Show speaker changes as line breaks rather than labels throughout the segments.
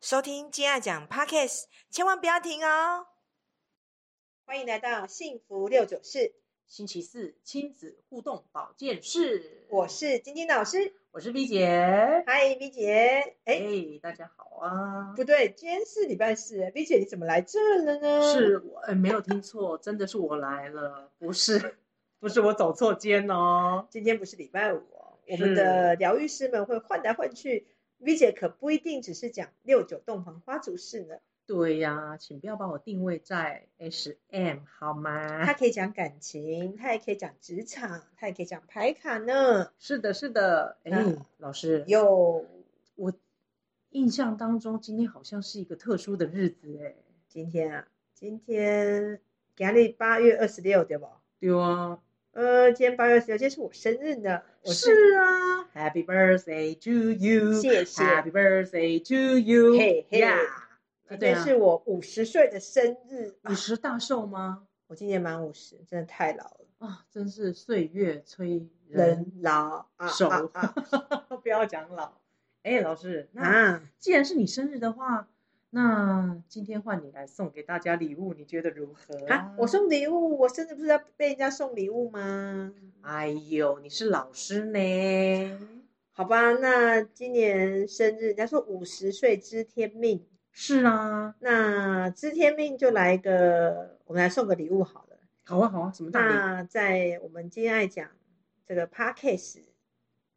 收听《金爱讲 Podcast》，千万不要停哦！欢迎来到幸福六九室，
星期四亲子互动保健室，
我是哎晶晶老师。
我是 V 姐，
嗨，B 姐，
哎、
哎，
大家好啊！
不对，今天是礼拜四，B 姐你怎么来这了呢？
是我、哎、没有听错，真的是我来了，不是， 不是我走错间哦。
今天不是礼拜五哦，我们
是
的疗愈师们会换来换去。V 姐可不一定只是讲六九洞房花烛事呢，
对呀、请不要把我定位在 S M 好
她
吗？
可以讲感情，她也可以讲职场，她也可以讲牌卡呢。
是的，是的。哎、
那
老师，
嗯有，
我印象当中今天好像是一个特殊的日子哎。
今天啊，今天今日八月二十六对不？
对啊，
呃，今天八月二十六，今天是我生日呢，我
是啊，Happy birthday to you，
谢谢
，Happy birthday to you，
嘿嘿
呀
今
对
天
啊
是我五十岁的生日，啊
五十大寿吗？
我今年满五十，真的太老了，
啊，真是岁月催人
人老啊
手
啊 啊
不要讲老。哎，老师，那
啊！
既然是你生日的话，那今天换你来送给大家礼物，你觉得如何
啊，我，送礼物，我生日不是要被人家送礼物吗？
哎呦，你是老师呢？
好吧，那今年生日，人家说五十岁知天命，
是啊，
那知天命就来一个，我们来送个礼物好了。
好啊，好啊，什么道理？
那在我们今天爱讲这个 podcast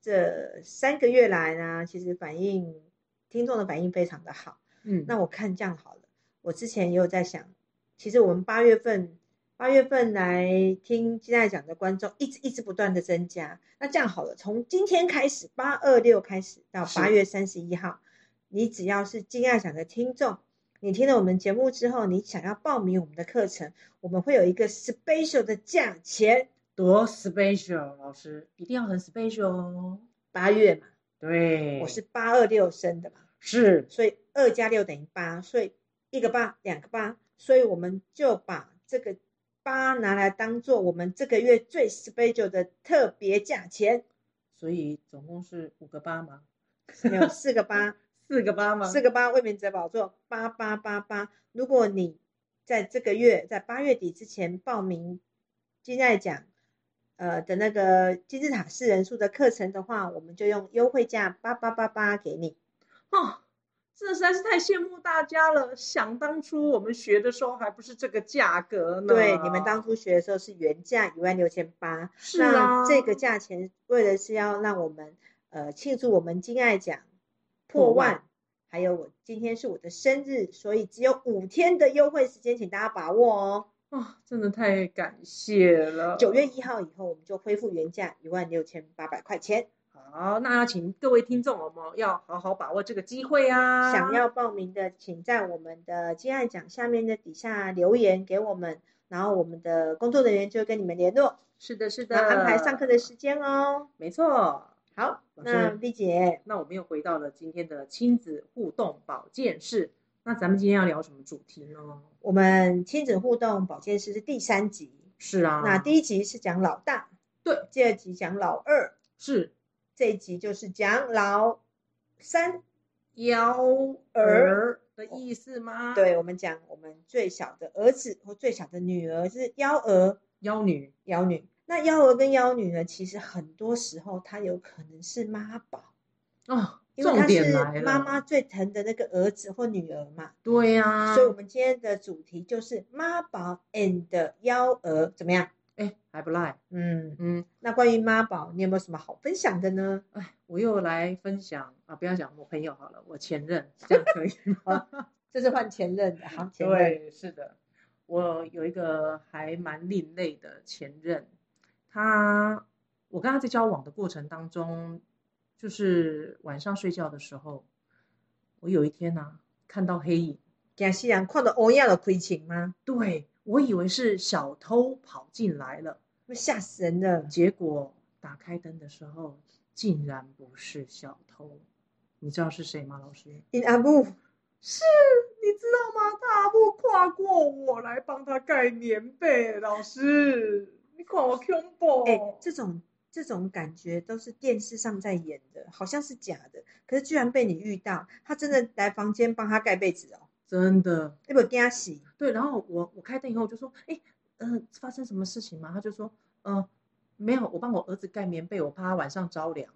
这三个月来呢，其实反应听众的反应非常的好。
嗯，
那我看这样好了，我之前也有在想，其实我们八月份八月份来听金爱讲的观众一直一直不断的增加。那这样好了，从今天开始，八二六开始到
是
八月三十一号，你只要是金爱讲的听众，你听了我们节目之后，你想要报名我们的课程，我们会有一个 special 的价钱，
多 special，老师一定要很 special 哦。
八月嘛，
对，
我是八二六生的嘛。
是
所以二加六等于八，所以一个八，两个八，所以我们就把这个八拿来当做我们这个月最 special 的特别价钱，
所以总共是五个八吗？
没有四个八，
四个八吗？
四个八，为民者宝座八八八八。如果你在这个月在八月底之前报名金在奖呃的那个金字塔四人数的课程的话，我们就用优惠价八八八八给你。
哦，这实在是太羡慕大家了。想当初我们学的时候，还不是这个价格呢？
对，你们当初学的时候是原价一万六千八，
是啊，
那这个价钱为的是要让我们呃庆祝我们金爱奖破
破万
万，还有我今天是我的生日，所以只有五天的优惠时间，请大家把握哦。
啊、真的太感谢了。
九月一号以后，我们就恢复原价一万六千八百块钱。
好，那要请各位听众，我们要好好把握这个机会啊！
想要报名的，请在我们的金爱奖下面的底下留言给我们，然后我们的工作人员就会跟你们联络，
是的，是的，
然后安排上课的时间哦。
没错。
好，
老
那
师
B 姐，
那我们又回到了今天的亲子互动保健室。那咱们今天要聊什么主题呢？
我们亲子互动保健室是第三集。
是啊，
那第一集是讲老大，
对，
第二集讲老二，
是
这一集就是讲老三。
幺儿的意思吗？，
对，我们讲我们最小的儿子或最小的女儿是幺儿、
幺女
幺女。那幺儿跟幺女呢，其实很多时候她有可能是妈宝，
哦，
因为
重
她
点
是
来了，
妈妈最疼的那个儿子或女儿嘛。
对啊呀、
所以，我们今天的主题就是妈宝 and 幺儿，怎么样？
哎，还不赖，
嗯，
嗯，
那关于妈宝，你有没有什么好分享的呢？
哎，我又来分享啊，不要讲我朋友好了，我前任，这样可以吗？
这是换前任的，好， 前任。
对，是的，我有一个还蛮另类的前任，他，我跟他在交往的过程当中，就是晚上睡觉的时候，我有一天呢、看到黑影，
假西人看到欧亚的亏情吗？
对我以为是小偷跑进来了。
那吓死人了！
结果打开灯的时候，竟然不是小偷，你知道是谁吗？老师，
因啊阿母
是，你知道吗？他阿布跨过我来帮他盖棉被，老师，你看我恐怖
哎、这种这种感觉都是电视上在演的，好像是假的，可是居然被你遇到，他真的来房间帮他盖被子哦，
真的
要不要给他洗？
对。然后我我开灯以后我就说，哎，嗯、发生什么事情吗？他就说，呃，没有，我帮我儿子盖棉被，我怕他晚上着凉。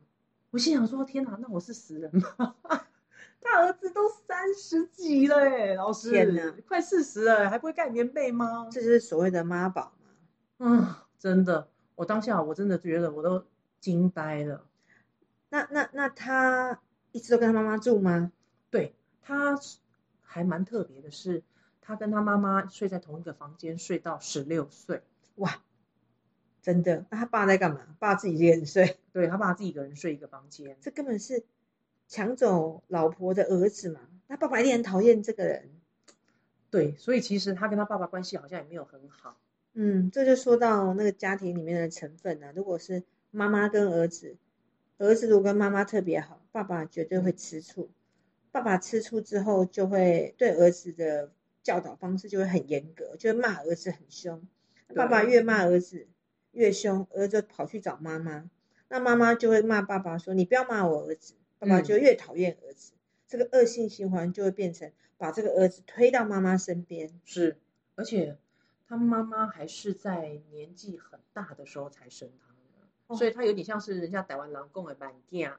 我心想说，天哪，那我是死人吗？ 他儿子都三十几了，哎，老师，
天哪
快四十了，还不会盖棉被吗？
这就是所谓的妈宝嘛。
嗯，真的，我当下我真的觉得我都惊呆了。
那那那他一直都跟他妈妈住吗？
对，他是还蛮特别的是，他跟他妈妈睡在同一个房间，睡到十六岁。
哇，真的？那他爸在干嘛？爸自己一个人睡，
对他爸自己一个人睡一个房间，
这根本是抢走老婆的儿子嘛。那爸爸一定很讨厌这个人。
对，所以其实他跟他爸爸关系好像也没有很好。
嗯，这就说到那个家庭里面的成分啊。如果是妈妈跟儿子，儿子如果跟妈妈特别好，爸爸绝对会吃醋。爸爸吃醋之后，就会对儿子的教导方式就会很严格，就会骂儿子很凶。爸爸
对
越骂儿子越凶，儿子就跑去找妈妈，那妈妈就会骂爸爸说：“你不要骂我儿子。”爸爸
嗯
就越讨厌儿子，这个恶性循环就会变成把这个儿子推到妈妈身边。
是，而且他妈妈还是在年纪很大的时候才生他的，
哦
所以他有点像是人家台湾郎公的满囝，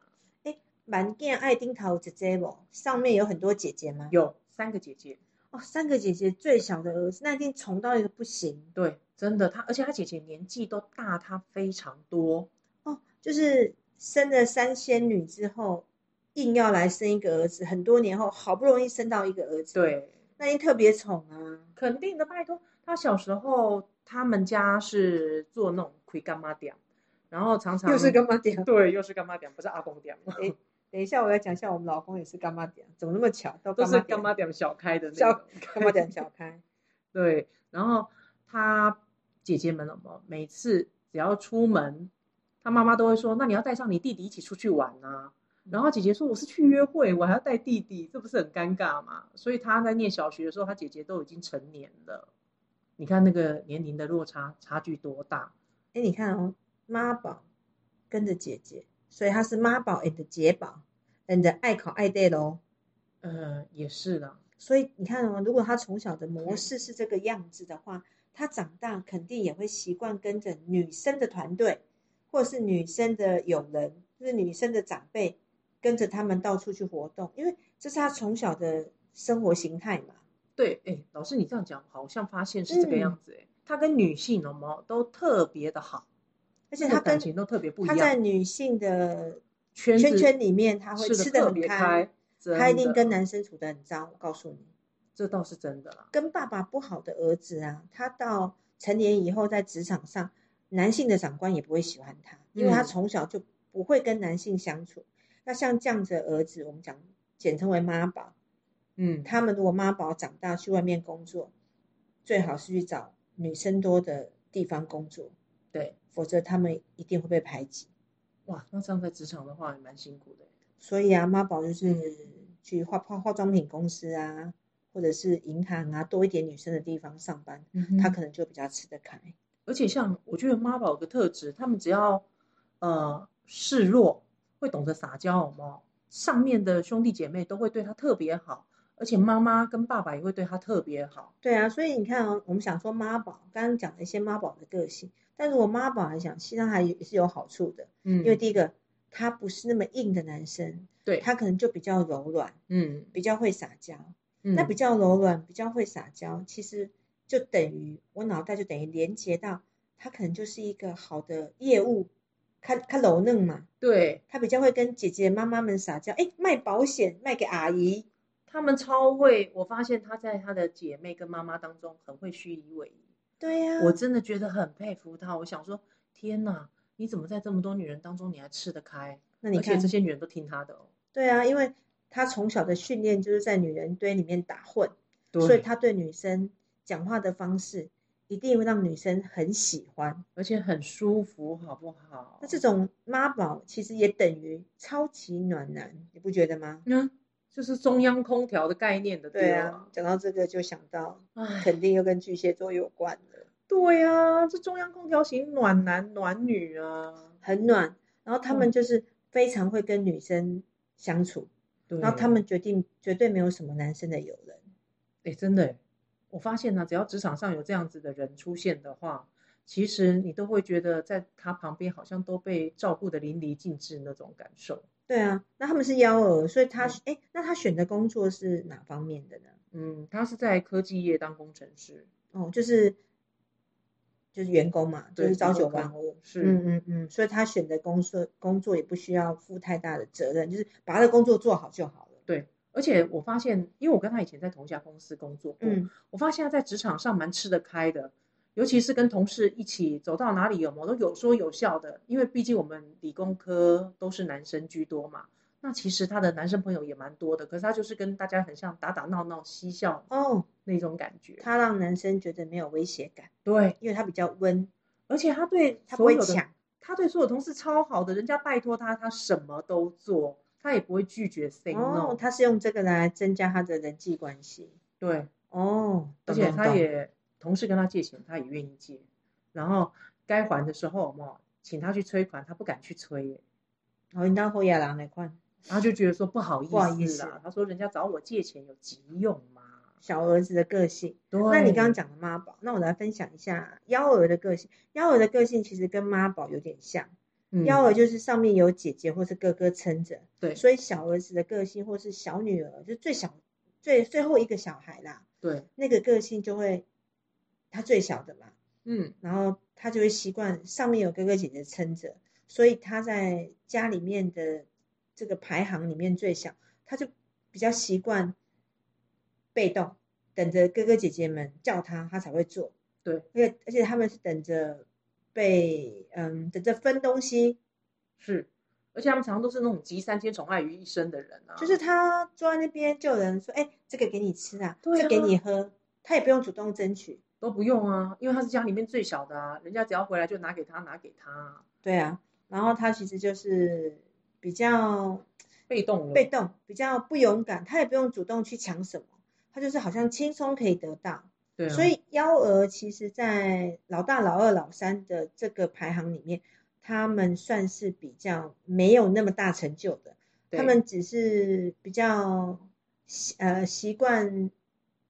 满店爱丁桃姐姐不？上面有很多姐姐吗？
有三个姐姐。
哦，三个姐姐最小的儿子，那一定宠到一个不行
对，真的，他而且他姐姐年纪都大他非常多。
哦。就是生了三仙女之后，硬要来生一个儿子，很多年后好不容易生到一个儿子，，
对，
那一定特别宠 啊。
肯定的，拜托。他小时候，他们家是做那种亏干妈店，然后常常
又是干妈点，
对，又是干妈店，不是阿公店，
等一下我要讲一下，我们老公也是干妈点，怎么那么巧？都
都
干
是
妈
干妈店小开的那
小
种。
干妈点小开，
对，然后他姐姐们了嘛，每次只要出门，他妈妈都会说：“那你要带上你弟弟一起出去玩
嗯
啊。”然后姐姐说：“我是去约会，我还要带弟弟，这不是很尴尬吗？”所以他在念小学的时候，他姐姐都已经成年了。你看那个年龄的落差差距多大？
哎，你看哦，妈宝跟着姐姐，所以他是妈宝 and 姐宝 and 爱考爱戴喽。
呃，也是啦，
所以你看哦，如果他从小的
嗯
模式是这个样子的话，他长大肯定也会习惯跟着女生的团队，或是女生的友人，就是女生的长辈，跟着他们到处去活动，因为这是他从小的生活形态嘛。
对，哎，老师你这样讲，好像发现是这个样
嗯
子，哎、他跟女性哦，毛都特别的好，
而
而
且他
感
跟
情都特别不一
他
样，
在女性的
圈
圈
子
圈里面，他会
吃得
吃得
特
很
别
开，
真
他一定
的
跟男生处得很糟。我告诉你，
这倒是真的啦。
跟爸爸不好的儿子啊，他到成年以后在职场上，男性的长官也不会喜欢他，因为他从小就不会跟男性相处。那像这样子的儿子，我们讲简称为妈宝。
嗯，
他们如果妈宝长大去外面工作，最好是去找女生多的地方工作，
对，
否则他们一定会被排挤。
哇，那这样在职场的话也蛮辛苦的。
所以啊，妈宝就是
嗯
去化化化妆品公司啊，或者是银行啊，多一点女生的地方上班，他
嗯
可能就比较吃得开。
欸而且像我觉得妈宝有个特质，他们只要呃示弱，会懂得撒娇，有没有上面的兄弟姐妹都会对他特别好，而且妈妈跟爸爸也会对他特别好。
对啊，所以你看哦，我们想说妈宝，刚刚讲了一些妈宝的个性，但如果妈宝来讲，其实还也是有好处的，
嗯，
因为第一个，他不是那么硬的男生，
对，
他可能就比较柔软，
嗯
比较会撒娇。
嗯，
那比较柔软，比较会撒娇，其实就等于我脑袋就等于连接到他可能就是一个好的业务，他他柔嫩嘛，
对
他比较会跟姐姐妈妈们撒娇，哎，卖保险卖给阿姨，
他们超会，我发现他在他的姐妹跟妈妈当中很会虚以委蛇。
对呀、
我真的觉得很佩服他。我想说，天哪，你怎么在这么多女人当中你还吃得开？
那你
而且
看
这，些女人都听他的哦。
对啊，因为他从小的训练就是在女人堆里面打混，
对
所以他对女生讲话的方式一定会让女生很喜欢。
而且很舒服，好不好？
那这种妈宝其实也等于超级暖男，你不觉得吗？
嗯，就是中央空调的概念的
对
啊
啊，。讲到这个就想到，
唉，
肯定又跟巨蟹座有关了。
对呀、这中央空调型暖男暖女啊，
很暖，然后他
嗯
们就是非常会跟女生相处，
对，
然后他们决定绝对没有什么男生的友人，
哎，真的诶，我发现呢、只要职场上有这样子的人出现的话，其实你都会觉得在他旁边好像都被照顾的淋漓尽致那种感受。
对啊，那他们是幺儿，所以他
嗯
哎，那他选的工作是哪方面的呢？
嗯，他是在科技业当工程师，
哦，就是就是员工嘛，就
对
是朝
员
九
工
晚五，
是
嗯嗯嗯，所以他选择工作工作也不需要负太大的责任，就是把他的工作做好就好了。
对。而且我发现，因为我跟他以前在同一家公司工作过，
嗯，
我发现他在职场上蛮吃得开的，尤其是跟同事一起走到哪里有么都有说有笑的。因为毕竟我们理工科都是男生居多嘛，那其实他的男生朋友也蛮多的，可是他就是跟大家很像打打闹闹、嬉笑
哦，
那种感觉。
他让男生觉得没有威胁感，
对，
因为他比较温，
而且他对
他不
所
会
有的
抢，
他对所有同事超好的，人家拜托他，他什么都做，他也不会拒绝 say no、
哦，他是用这个来增加他的人际关系。
对，
哦，
而
懂
且
懂
他
懂
也同事跟他借钱，他也愿意借，然后该还的时候嘛，请他去催款，他不敢去催耶，
哦，你当后野狼来看，
然后就觉得说不好意
不好意
思啦
思，
他说人家找我借钱有急用嘛。
小儿子的个性。
对，
那你刚刚讲的妈宝，那我来分享一下幺儿的个性。幺儿的个性其实跟妈宝有点像，
讲
幺儿就是上面有姐姐或是哥哥撑着，
嗯对
所以小儿子的个性或是小女儿，就最小最最后一个小孩啦，
对，
那个个性就会他最小的嘛，
嗯，
然后他就会习惯上面有哥哥姐姐撑着，所以他在家里面的这个排行里面最小，他就比较习惯被动，等着哥哥姐姐们叫他，他才会做。
对
而且而且他们是等着被嗯等着分东西，
是，而且他们常常都是那种集三千宠爱于一身的人啊，
就是他坐在那边就有人说，哎、这个给你吃啊，
对啊
这给你喝，他也不用主动争取。
都不用啊，因为他是家里面最小的啊，人家只要回来就拿给他，拿给他，
对啊，然后他其实就是比较
被动了。
被动，比较不勇敢，他也不用主动去抢什么，他就是好像轻松可以得到。
对啊，
所以幺儿其实，在老大、老二、老三的这个排行里面，他们算是比较没有那么大成就的，
对
他们只是比较习呃习惯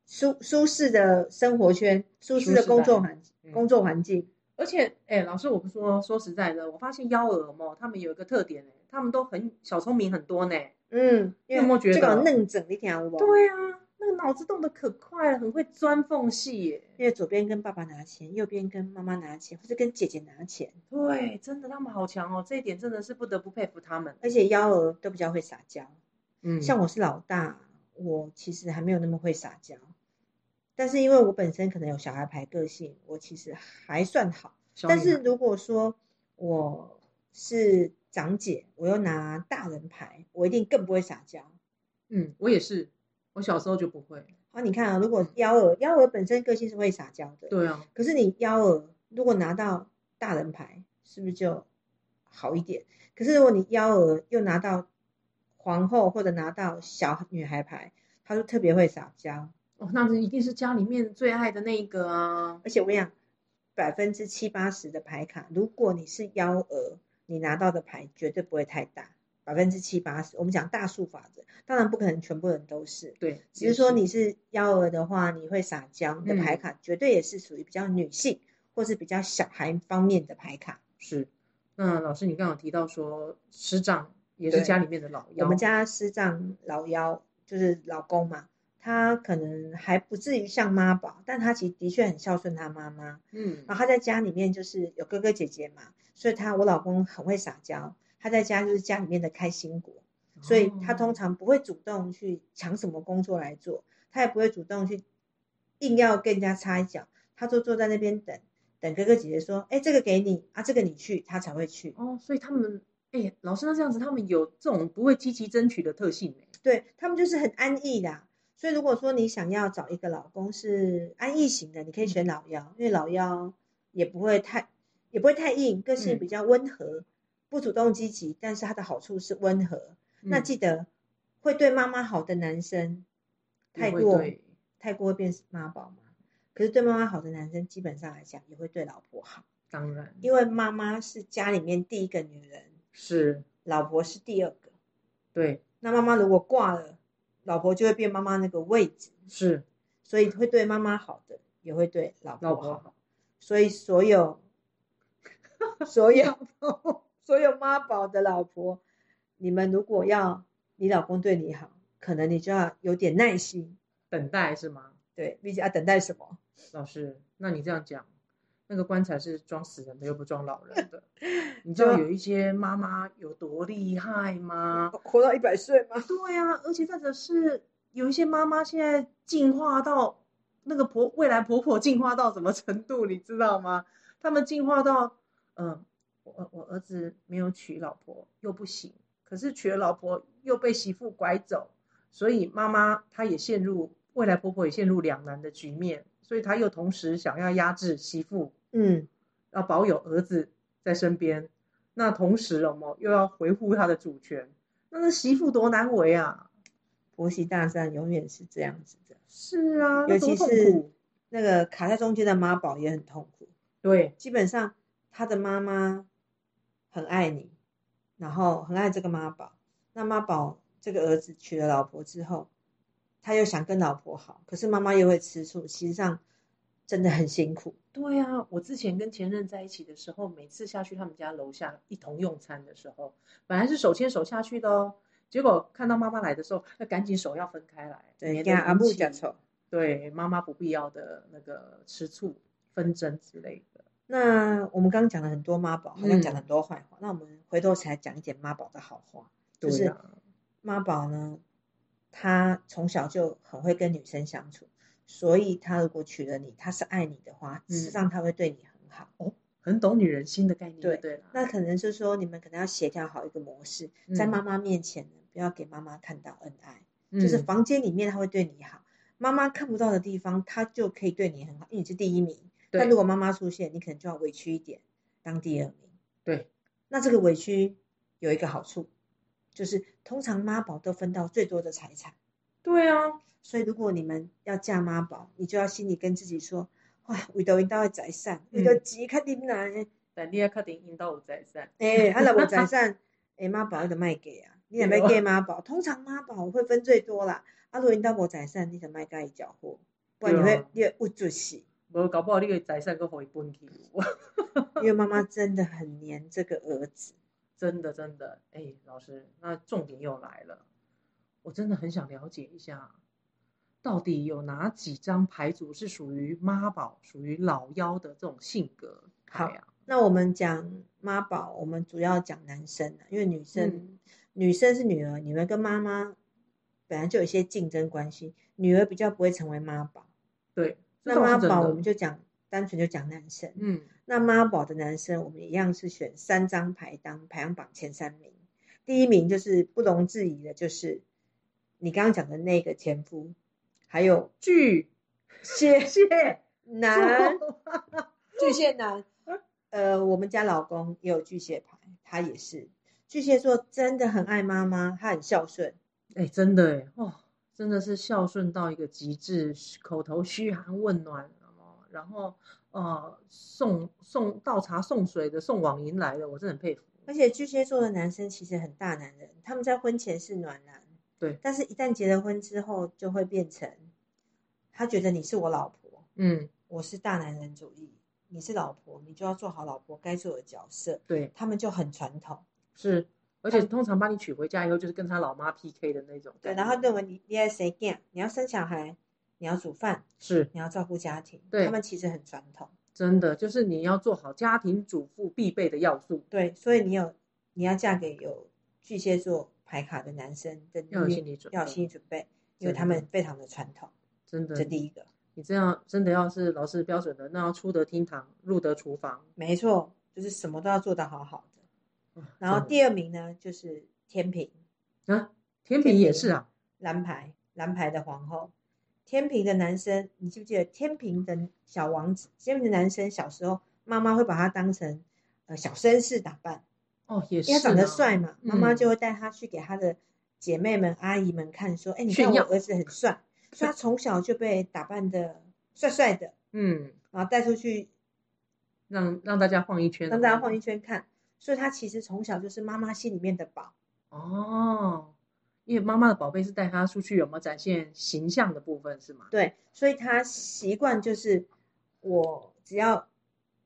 舒舒适的生活圈、舒适的
舒适
工作
感
环、
嗯
工作环境。
而且，哎、老师，我不说，说实在的，我发现幺儿嘛，他们有一个特点、哎，他们都很小聪明很多呢、
嗯，因
你有没
为
有觉
这个
得
嫩整一条我，
对啊，那个脑子动得可快了，很会钻缝隙、耶。
因为左边跟爸爸拿钱，右边跟妈妈拿钱，或者跟姐姐拿钱，
对，真的，他们好强哦，这一点真的是不得不佩服他们。
而且幺儿都比较会撒娇。
嗯
像我是老大，我其实还没有那么会撒娇，但是因为我本身可能有小孩牌个性，我其实还算好。
小
但
女
是
孩
如果说我是长姐，我又拿大人牌，我一定更不会撒娇。
嗯，我也是，我小时候就不会。
好，你看啊，如果幺儿，幺儿本身个性是会撒娇的，
对啊，
可是你幺儿如果拿到大人牌，是不是就好一点？可是如果你幺儿又拿到皇后或者拿到小女孩牌，她就特别会撒娇。
哦，那这一定是家里面最爱的那一个啊。
而且我跟你讲，百分之七八十的牌卡，如果你是幺儿，你拿到的牌绝对不会太大，百分之七八十。我们讲大数法则，当然不可能全部人都是，
对，
只
也
是说你是幺儿的话，你会撒娇，你的牌
嗯
卡绝对也是属于比较女性或是比较小孩方面的牌卡。
是。那老师，你刚刚有提到说师长也是
对
家里面的老幺，
我们家师长老幺就是老公嘛，他可能还不至于像妈宝，但他其实的确很孝顺他妈妈。
嗯
然后他在家里面就是有哥哥姐姐嘛，所以他我老公很会撒娇，他在家就是家里面的开心果，所以他通
哦
常不会主动去抢什么工作来做，他也不会主动去硬要跟人家插一脚，他就坐在那边等等哥哥姐姐说，哎，这个给你啊，这个你去，他才会去。
哦，所以他们，哎、老师，那这样子，他们有这种不会积极争取的特性、欸，
对他们就是很安逸啦。所以如果说你想要找一个老公是安逸型的，你
嗯
可以选老幺，因为老幺也不会太也不会太硬，个性
嗯
比较温和，不主动积极，但是它的好处是温和。那
嗯
记得会对妈妈好的男生，太
也会
过
对
太过会变妈宝嘛。可是对妈妈好的男生，基本上来讲也会对老婆好，
当然
因为妈妈是家里面第一个女人，
是
老婆是第二个。
对，
那妈妈如果挂了，老婆就会变妈妈那个位置，
是
所以会对妈妈好的，也会对老
老
婆
婆
好。
好，
所以所有所有所有妈宝的老婆，你们如果要你老公对你好，可能你就要有点耐心。
等待是吗？
对，毕竟要等待什么？
老师，那你这样讲，那个棺材是装死人的，又不装老 人的。你知道有一些妈妈有多厉害吗？
活到一百岁吗？
对呀、而且再者是有一些妈妈现在进化到那个婆未来婆婆进化到什么程度，你知道吗？他们进化到，嗯、我我儿子没有娶老婆又不行，可是娶了老婆又被媳妇拐走，所以妈妈她也陷入未来婆婆也陷入两难的局面，所以她又同时想要压制媳妇，
嗯，
要保有儿子在身边，那同时有没有又要维护她的主权？那那媳妇多难为啊！
婆媳大战永远是这样子的。
是啊，
尤
那多
其
痛
是
苦
那个卡在中间的妈宝也很痛苦。
对
基本上他的妈妈很爱你，然后很爱这个妈宝。那妈宝这个儿子娶了老婆之后，他又想跟老婆好，可是妈妈又会吃醋，其实上真的很辛苦。
对啊，我之前跟前任在一起的时候，每次下去他们家楼下一同用餐的时候，本来是手牵手下去的哦，结果看到妈妈来的时候，那赶紧手要分开来，
对，
免
跟
得
阿
引
木
起
讲错。
对妈妈不必要的那个吃醋、纷争之类的。
那我们刚刚讲了很多妈宝，好像
嗯
讲了很多坏话。那我们回头才讲一点妈宝的好话，就是
对啊，
妈宝呢，他从小就很会跟女生相处，所以他如果娶了你，他是爱你的话，事实
嗯
上他会对你很好。
很懂女人心的概念，
对
对啦。
那可能是说你们可能要协调好一个模式，在
嗯
妈妈面前呢，不要给妈妈看到恩爱，就是房间里面他会对你好，妈妈看不到的地方他就可以对你很好，因为你是第一名。但
对
如果妈妈出现，你可能就要委屈一点，当第二名。
对
那这个委屈有一个好处，就是通常妈宝都分到最多的财产。
对啊，
所以如果你们要嫁妈宝，你就要心里跟自己说：，哇，为到因兜的财产，为到
嗯
钱较点难，
但你要确定引导有在善，
诶，啊，若无财产，诶，妈宝就卖给啊，你若要
对哦
嫁妈宝，通常妈宝会分最多啦。啊，如果因兜无财产，你就卖甲伊缴获，不然你
对
会
啊
你会捂住死。
无搞不好你个在善跟回分去。
因为妈妈真的很黏这个儿子，
真的真的，哎，老师，那重点又来了，我真的很想了解一下，到底有哪几张牌组是属于妈宝、属于老妖的这种性格牌啊？
那我们讲妈宝，我们主要讲男生啊，因为女生、
嗯
女生是女儿，你们跟妈妈本来就有一些竞争关系，女儿比较不会成为妈宝。
对，这
那
倒是
妈
真
宝我
的
们，就讲单纯就讲男生，
嗯，
那妈宝的男生我们一样是选三张牌当排行榜前三名，第一名就是不容置疑的，就是你刚刚讲的那个前夫，还有
巨
蟹
蟹
男 巨蟹男，呃，我们家老公也有巨蟹牌，他也是巨蟹座，真的很爱妈妈，他很孝顺，
哎，真的哎，哦，真的是孝顺到一个极致，口头嘘寒问暖哦，然后呃，送送倒茶送水的，送网银来的，我真的很佩服。
而且巨蟹座的男生其实很大男人，他们在婚前是暖男，
对
但是一旦结了婚之后，就会变成他觉得你是我老婆，
嗯，
我是大男人主义，你是老婆，你就要做好老婆该做的角色，
对。
他们就很传统，
是，而且通常把你娶回家以后，就是跟他老妈 PK 的那种
对，
感觉。
然后认为你你爱谁干，你要生小孩，你要煮饭，
是
你要照顾家庭，
对
他们其实很传统，
真的，就是你要做好家庭主妇必备的要素，
对，所以你有你要嫁给有巨蟹座牌卡的男生的
要有
女
心理
嗯
准
要有
备
心理准备，因为他
真
们
的
非常的传统，
真的
这。第一个。
你这样真的要是老师标准的，那要出得厅堂，入得厨房。
没错，就是什么都要做得好好的。
啊
然后
真的
第二名呢，就是天平，
啊，甜品
天
也
平
是啊，
蓝牌，蓝牌的皇后。天平的男生，你记不记得天平的小王子？天平的男生小时候，妈妈会把他当成呃小绅士打扮，
哦也是
因
啊，
为他长得帅嘛，妈妈
嗯
就会带他去给他的姐妹们、阿姨们看，说：“哎，你
炫
看我
耀
儿子很帅。”所以他从小就被打扮的帅帅的，
嗯，
然后带出去
让让大家晃一圈，
让大家晃一圈看。所以他其实从小就是妈妈心里面的宝，
哦，因为妈妈的宝贝是带他出去，有没有展现形象的部分是吗？
对，所以他习惯就是我只要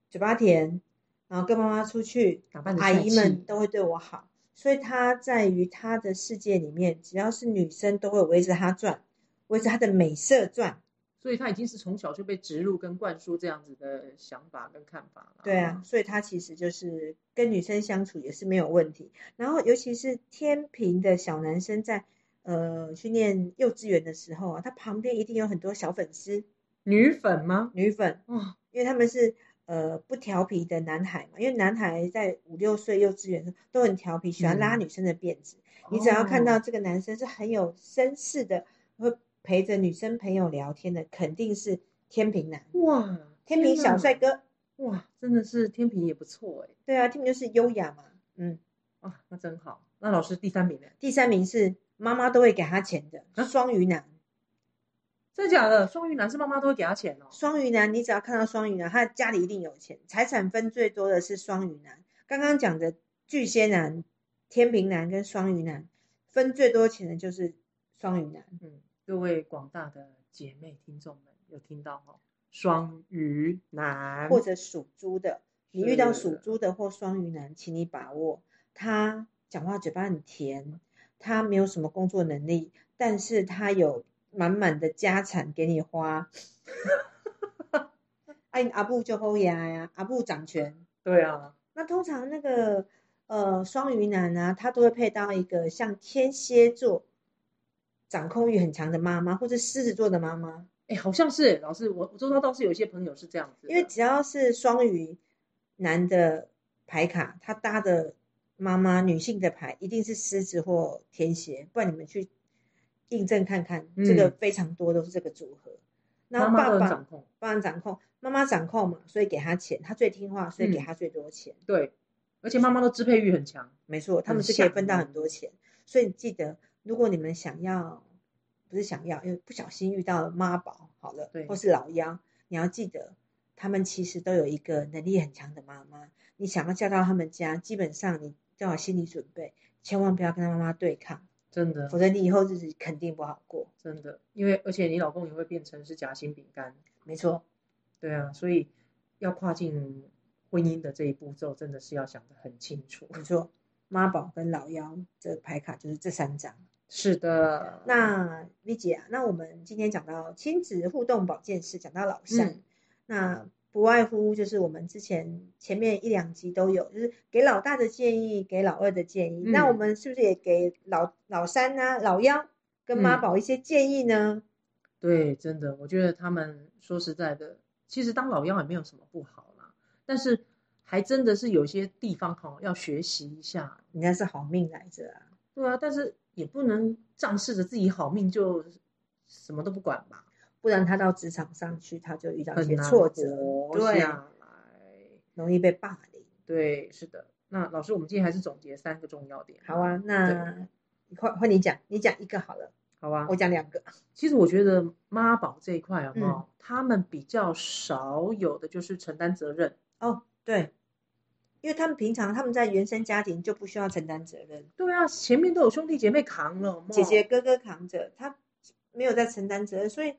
嘴巴甜，然后跟妈妈出去，
打扮的
阿姨们都会对我好，所以他在于他的世界里面，只要是女生都会围着他转，围着他的美色转。
所以他已经是从小就被植入跟灌输这样子的想法跟看法了。
对啊，，所以他其实就是跟女生相处也是没有问题。然后尤其是天平的小男生在呃去念幼稚园的时候啊，他旁边一定有很多小粉丝
女粉吗？
女粉，
哦，
因为他们是呃不调皮的男孩嘛，因为男孩在五六岁幼稚园的时候都很调皮，喜欢拉
嗯
女生的辫子。你只要看
哦
到这个男生是很有绅士的，会陪着女生朋友聊天的，肯定是天平男，
哇，
天平小帅
天
哥。
哪，哇，真的是天平也不错哎，
对啊，天平就是优雅嘛，嗯。
啊，那真好。那老师第三名呢？
第三名是妈妈都会给他钱
啊
的双鱼男。
真的假的？双鱼男是妈妈都会给他钱哦。
双鱼男，你只要看到双鱼男，他家里一定有钱，财产分最多的是双鱼男。刚刚讲的巨蟹男、天平男跟双鱼男，分最多钱的就是双鱼男。
嗯，各位广大的姐妹听众们有听到哦，双鱼男
或者属猪的，你遇到属
是
猪的或双鱼男，请你把握。他讲话嘴巴很甜，他没有什么工作能力，但是他有满满的家产给你花。哎、阿布就后牙呀，阿布掌权。
对啊，
那通常那个呃双鱼男啊，他都会配到一个像天蝎座掌控欲很强的妈妈，或者狮子座的妈妈。
哎，好像是老师，我我周遭倒是有一些朋友是这样子的，
因为只要是双鱼男的牌卡，他搭的妈妈女性的牌一定是狮子或天蝎，不然你们去印证看看，这个
嗯
非常多都是这个组合。然
妈
后
妈
爸
都能
爸
掌控，
帮人掌控，妈妈掌控嘛，所以给他钱，他最听话，所以给
嗯
他最多钱。
对，而且妈妈都支配欲很强，
没错，他
很
们是可以
像
分到
哦
很多钱。所以你记得，如果你们想要，不是想要，因为不小心遇到了妈宝，好了
对，
或是老幺，你要记得，他们其实都有一个能力很强的妈妈。你想要嫁到他们家，基本上你都要有心理准备，千万不要跟他妈妈对抗，
真的
否则你以后日子肯定不好过。
真的，因为而且你老公也会变成是夹心饼干，
没错，
对啊，所以要跨进婚姻的这一步骤，真的是要想得很清楚。
没错，妈宝跟老幺这牌卡就是这三张。
是的，
那丽姐啊，那我们今天讲到亲子互动保健室，讲到老三，
嗯
那不外乎就是我们之前前面一两集都有，就是给老大的建议，给老二的建议。那我
嗯
们是不是也给老老三呢、老幺跟妈
嗯
宝一些建议呢？
对，真的，我觉得他们说实在的，其实当老幺也没有什么不好啦，但是还真的是有些地方哈、要学习一下。
人家是好命来着啊，
对啊，但是也不能仗势着自己好命就什么都不管吧，
不然他到职场上去，他就遇到一
很
些
难
挫折，
活啊
对，
下来。
容易被霸凌。
对，是的。那老师，我们今天还是总结三个重要点。
好啊，那换换你讲，你讲一个好了，
好啊
我。讲两个。
其实我觉得妈宝这一块有没有
嗯
他们比较少有的就是承担责任。
哦，对，因为他们平常他们在原生家庭就不需要承担责任，
对啊，前面都有兄弟姐妹扛了，有没有
姐姐哥哥扛着，他没有在承担责任，所以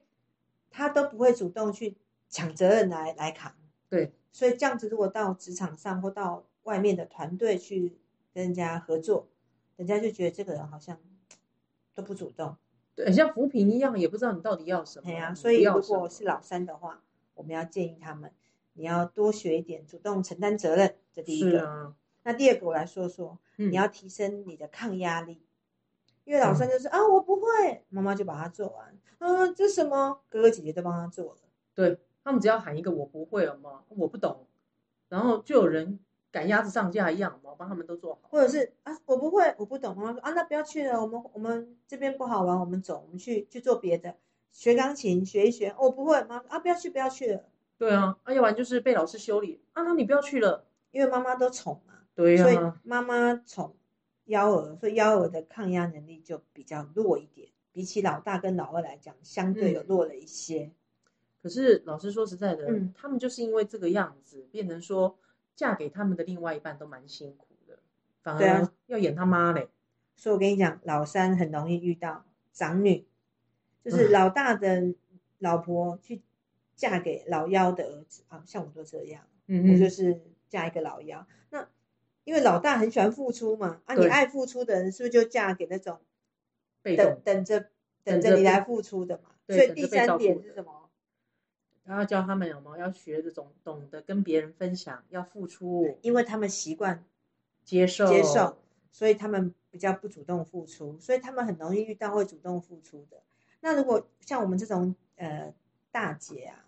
他都不会主动去抢责任来来扛。
对，
所以这样子，如果到职场上或到外面的团队去跟人家合作，人家就觉得这个人好像都不主动。
对，很像扶贫一样，也不知道你到底要什么。
对哎呀、
你
所
不
以
要
如
什么
果是老三的话，我们要建议他们，你要多学一点主动承担责任，这第一
是
个。
啊，
那第二个，我来说说，
嗯
你要提升你的抗压力，因为老三就是、啊，我不会，妈妈就把它做完，嗯、这什么哥哥姐姐都帮他做了，
对他们只要喊一个我不会，有没有我不懂，然后就有人赶鸭子上架一样，有没有帮他们都做好。
或者是啊，我不会，我不懂，妈妈说啊，那不要去了，我们我们这边不好玩，我们走，我们去去做别的，学钢琴学一学，我、不会，妈妈说啊，不要去，不要去了，
对啊，啊，要不然就是被老师修理啊，那你不要去了。
因为妈妈都宠嘛，
对
所以
啊，
妈妈宠幺儿，所以幺儿的抗压能力就比较弱一点，比起老大跟老二来讲，相对有
嗯
弱了一些。
可可是老师说实在的，
嗯
他们就是因为这个样子，变成说嫁给他们的另外一半都蛮辛苦的，反
对
而
啊
要演他妈嘞。
所以我跟你讲，老三很容易遇到长女，就是
唉
老大的老婆去嫁给老幺的儿子啊，像我都这样，我
嗯
就
嗯，
是嫁一个老幺。那因为老大很喜欢付出嘛，啊，你
对
爱付出的人是不是就嫁给那种
被
等
动，
等着等
等
着你
着被
来付出的嘛？
对
所以
等
第
着被照
三
顾
点
的
是什么？
然后教他们有没有要学着懂懂得跟别人分享，要付出，
因为他们习惯
接受
接受，所以他们比较不主动付出，所以他们很容易遇到会主动付出的。那如果像我们这种呃大姐啊，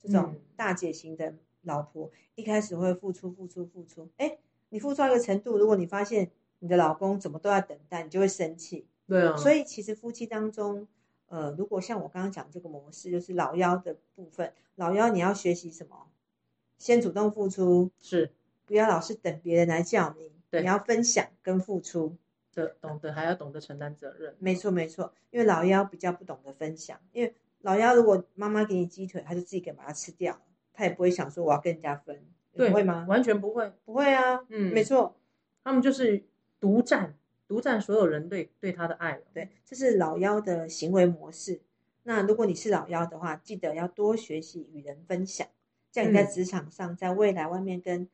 这种
嗯
大姐型的老婆，一开始会付出付出付出，哎，你付出到一个程度，如果你发现你的老公怎么都要等待，你就会生气。
对啊，
所
以
以其实夫妻当中，呃，如果像我刚刚讲这个模式，就是老幺的部分，老幺你要学习什么？先主动付出，
是
不要老是等别人来叫你，
对
你要分享跟付出。
的，懂得还要懂得承担责任，
没错没错，因为老幺比较不懂得分享，因为老幺如果妈妈给你鸡腿，他就自己给把它吃掉，他也不会想说我要跟人家分，
对，
不会吗？
完全不会，
不会啊，
嗯
没错，
他们就是独占，独占所有人对对他的爱，
对，这是老幺的行为模式。那如果你是老幺的话，记得要多学习与人分享，这样你在
嗯
职场上，在未来外面跟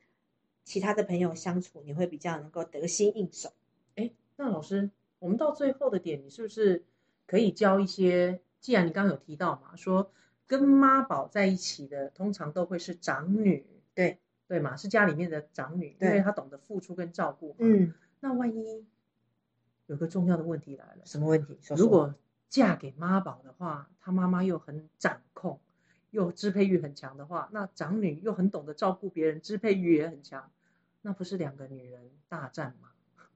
其他的朋友相处，你会比较能够得心应手。
哎，那老师，我们到最后的点，你是不是可以教一些？既然你刚刚有提到嘛，说跟妈宝在一起的，通常都会是长女，
对
对嘛，是家里面的长女，因
对
为她懂得付出跟照顾嘛。，
嗯，
那万一有个重要的问题来了，
什么问题？说
如
说
果嫁给妈宝的话，她妈妈又很掌控，又支配欲很强的话，那长女又很懂得照顾别人，支配欲也很强，那不是两个女人大战吗？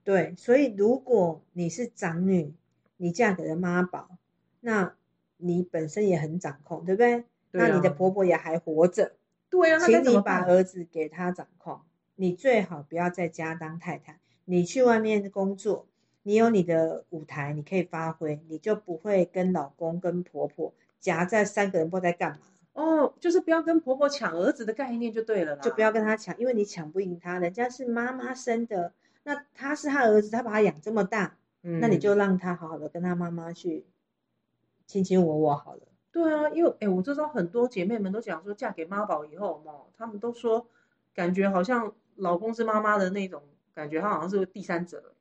对，所以如果你是长女，你嫁给了妈宝，那你本身也很掌控，对不对？
对
那你的
啊
婆婆也还活着，
对啊，那该
请
怎
你
么
把
办？
儿子给他掌控。你最好不要在家当太太，你去外面工作，你有你的舞台，你可以发挥，你就不会跟老公跟婆婆夹在三个人不知道在干嘛，
哦，就是不要跟婆婆抢儿子的概念就对了啦，
就不要跟他抢，因为你抢不赢他，人家是妈妈生的，那他是他儿子，他把他养这么大，
嗯，
那你就让他好好的跟他妈妈去卿卿我我好了。
对啊，因为哎，我知道很多姐妹们都讲说，嫁给妈宝以后嘛，她们都说感觉好像老公是妈妈的那种感觉，她好像是第三者。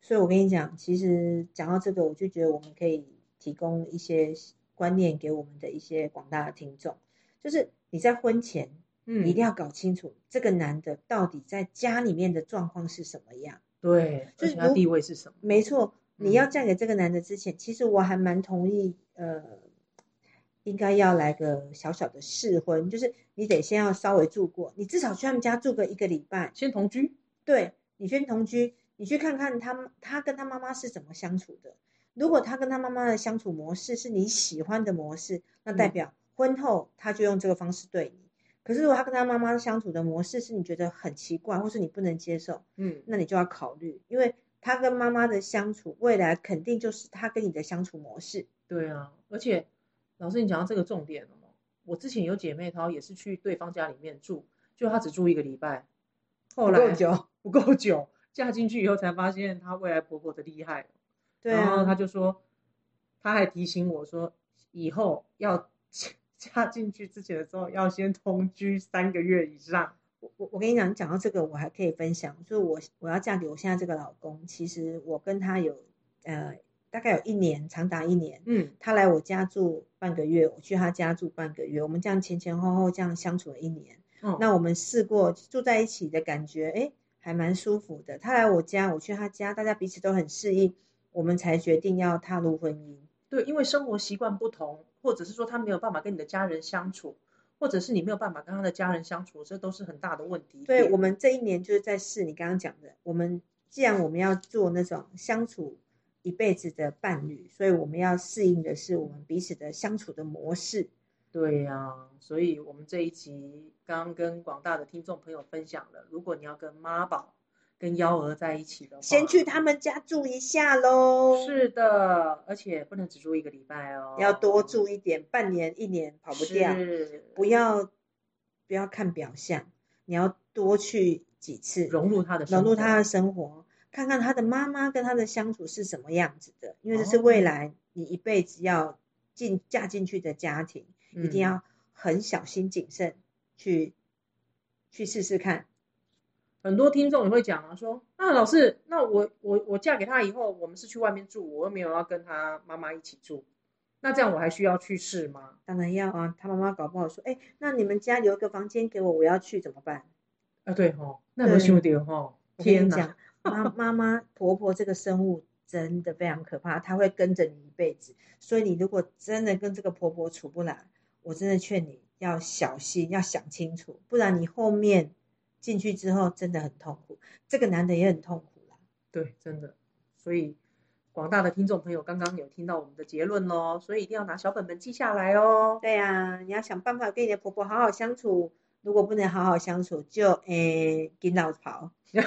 所以我跟你讲，其实讲到这个，我就觉得我们可以提供一些观念给我们的一些广大的听众，就是你在婚前，
嗯，
你一定要搞清楚这个男的到底在家里面的状况是什么样。
对，
就
而
是
且她
如
地位是什么？
没错，你要
嗯
嫁给这个男的之前，其实我还蛮同意，呃，应该要来个小小的试婚，就是你得先要稍微住过，你至少去他们家住个一个礼拜，
先同居，
对你先同居，你去看看他们他跟他妈妈是怎么相处的。如果他跟他妈妈的相处模式是你喜欢的模式，那代
嗯
表婚后他就用这个方式对你。可是如果他跟他妈妈相处的模式是你觉得很奇怪，或是你不能接受，
嗯，
那你就要考虑，因为他跟妈妈的相处，未来肯定就是他跟你的相处模式。
对啊，而且老师你讲到这个重点了嘛，我之前有姐妹她也是去对方家里面住，就她只住一个礼拜，后来
久，
不够久，嫁进去以后才发现她未来婆婆的厉害。
对
然哦后他
啊，
就说，他还提醒我说，以后要 嫁进去之前的时候，要先同居三个月以上。
我我我跟你讲，你讲到这个，我还可以分享，就是我我要嫁给我现在这个老公，其实我跟他有呃大概有一年，长达一年，
嗯，
他来我家住半个月，我去他家住半个月，我们这样前前后后这样相处了一年。
哦
那我们试过住在一起的感觉，诶，还蛮舒服的。他来我家，我去他家，大家彼此都很适应，我们才决定要踏入婚姻。
对，因为生活习惯不同，或者是说他没有办法跟你的家人相处，或者是你没有办法跟他的家人相处，这都是很大的问题点。
对我们这一年就是在试你刚刚讲的，我们既然我们要做那种相处一辈子的伴侣，所以我们要适应的是我们彼此的相处的模式。
对呀、所以我们这一集刚刚跟广大的听众朋友分享了，如果你要跟妈宝跟幺蛾在一起的话，
先去他们家住一下喽，
哦是的，而且不能只住一个礼拜哦，
要多住一点，半年一年跑不掉，
是
不要不要看表象，你要多去几次，
融入他的
融
生
入
活
他的生活，看看他的妈妈跟他的相处是什么样子的，因为这是
哦
未来你一辈子要进嫁进去的家庭，一
嗯
定要很小心谨慎去去试试看。
很多听众也会讲啊，说那老师，那我我我嫁给他以后，我们是去外面住，我又没有要跟他妈妈一起住，那这样我还需要去试吗？
当然要啊，他妈妈搞不好说，哎，那你们家留个房间给我，我要去怎么办？
啊，对吼，那有没有兄弟吼？
我跟
天
你
哪
讲，，妈妈妈婆婆这个生物真的非常可怕，她会跟着你一辈子。所以你如果真的跟这个婆婆处不来，我真的劝你要小心，要想清楚，不然你后面进去之后真的很痛苦。这个男的也很痛苦啦。
对，真的，所以广大的听众朋友刚刚有听到我们的结论喽，所以一定要拿小本本记下来哦。
对呀、你要想办法跟你的婆婆好好相处。如果不能好好相处，就诶跟老
嗯
跑，
你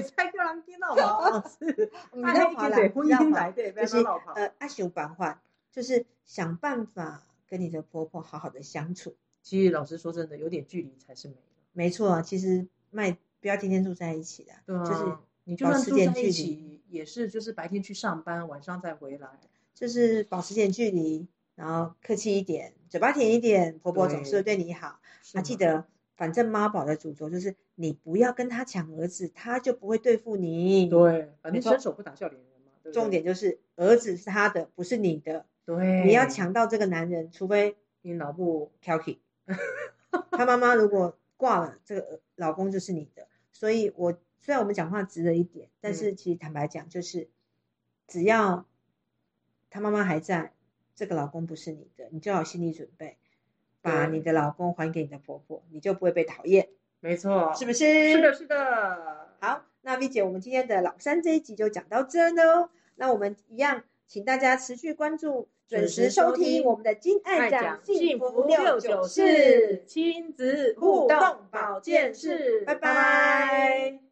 在叫人听到 吗？是，
不
他
嗯要
还
跑
一
啦
对婚
不要
姻
跑
来对，不
就
要
是
当老婆。
呃，阿修版换，就是想办法跟你的婆婆好好的相处。
其实老实说真的，有点距离才是美的。
没错，啊其实卖不要天天住在一起的，
对啊，
就是
你就
保
算
持
住
点
在一
距
起，也是就是白天去上班，晚上再回来。
就是保持点距离，然后客气一点，嘴巴甜一点，婆婆总是会对你好。
是
啊，
吗
记得，反正妈宝的主轴就是你不要跟他抢儿子，他就不会对付你。，
对，反
没
正
错
伸手不打笑脸人嘛，对不对
重点就是儿子是他的，不是你的，
对，
你要抢到这个男人，除非
你脑部
Kelly，他妈妈如果挂了，这个老公就是你的。所以我，虽然我们讲话直了一点，
嗯
但是其实坦白讲，就是只要他妈妈还在，这个老公不是你的，你就要有心理准备，把
对
你的老公还给你的婆婆，你就不会被讨厌，
没错，
是不是？
是的，。是的。
好，那 V 姐，我们今天的老三这一集就讲到这喽。那我们一样，请大家持续关注，准
准
时
时
收
收
听
听
我们的《金爱
爱
讲
讲
幸
幸
福
福
六
六
九
九
四》。
四亲子
互
互
动
动
保
保
健
健
室
室，
拜拜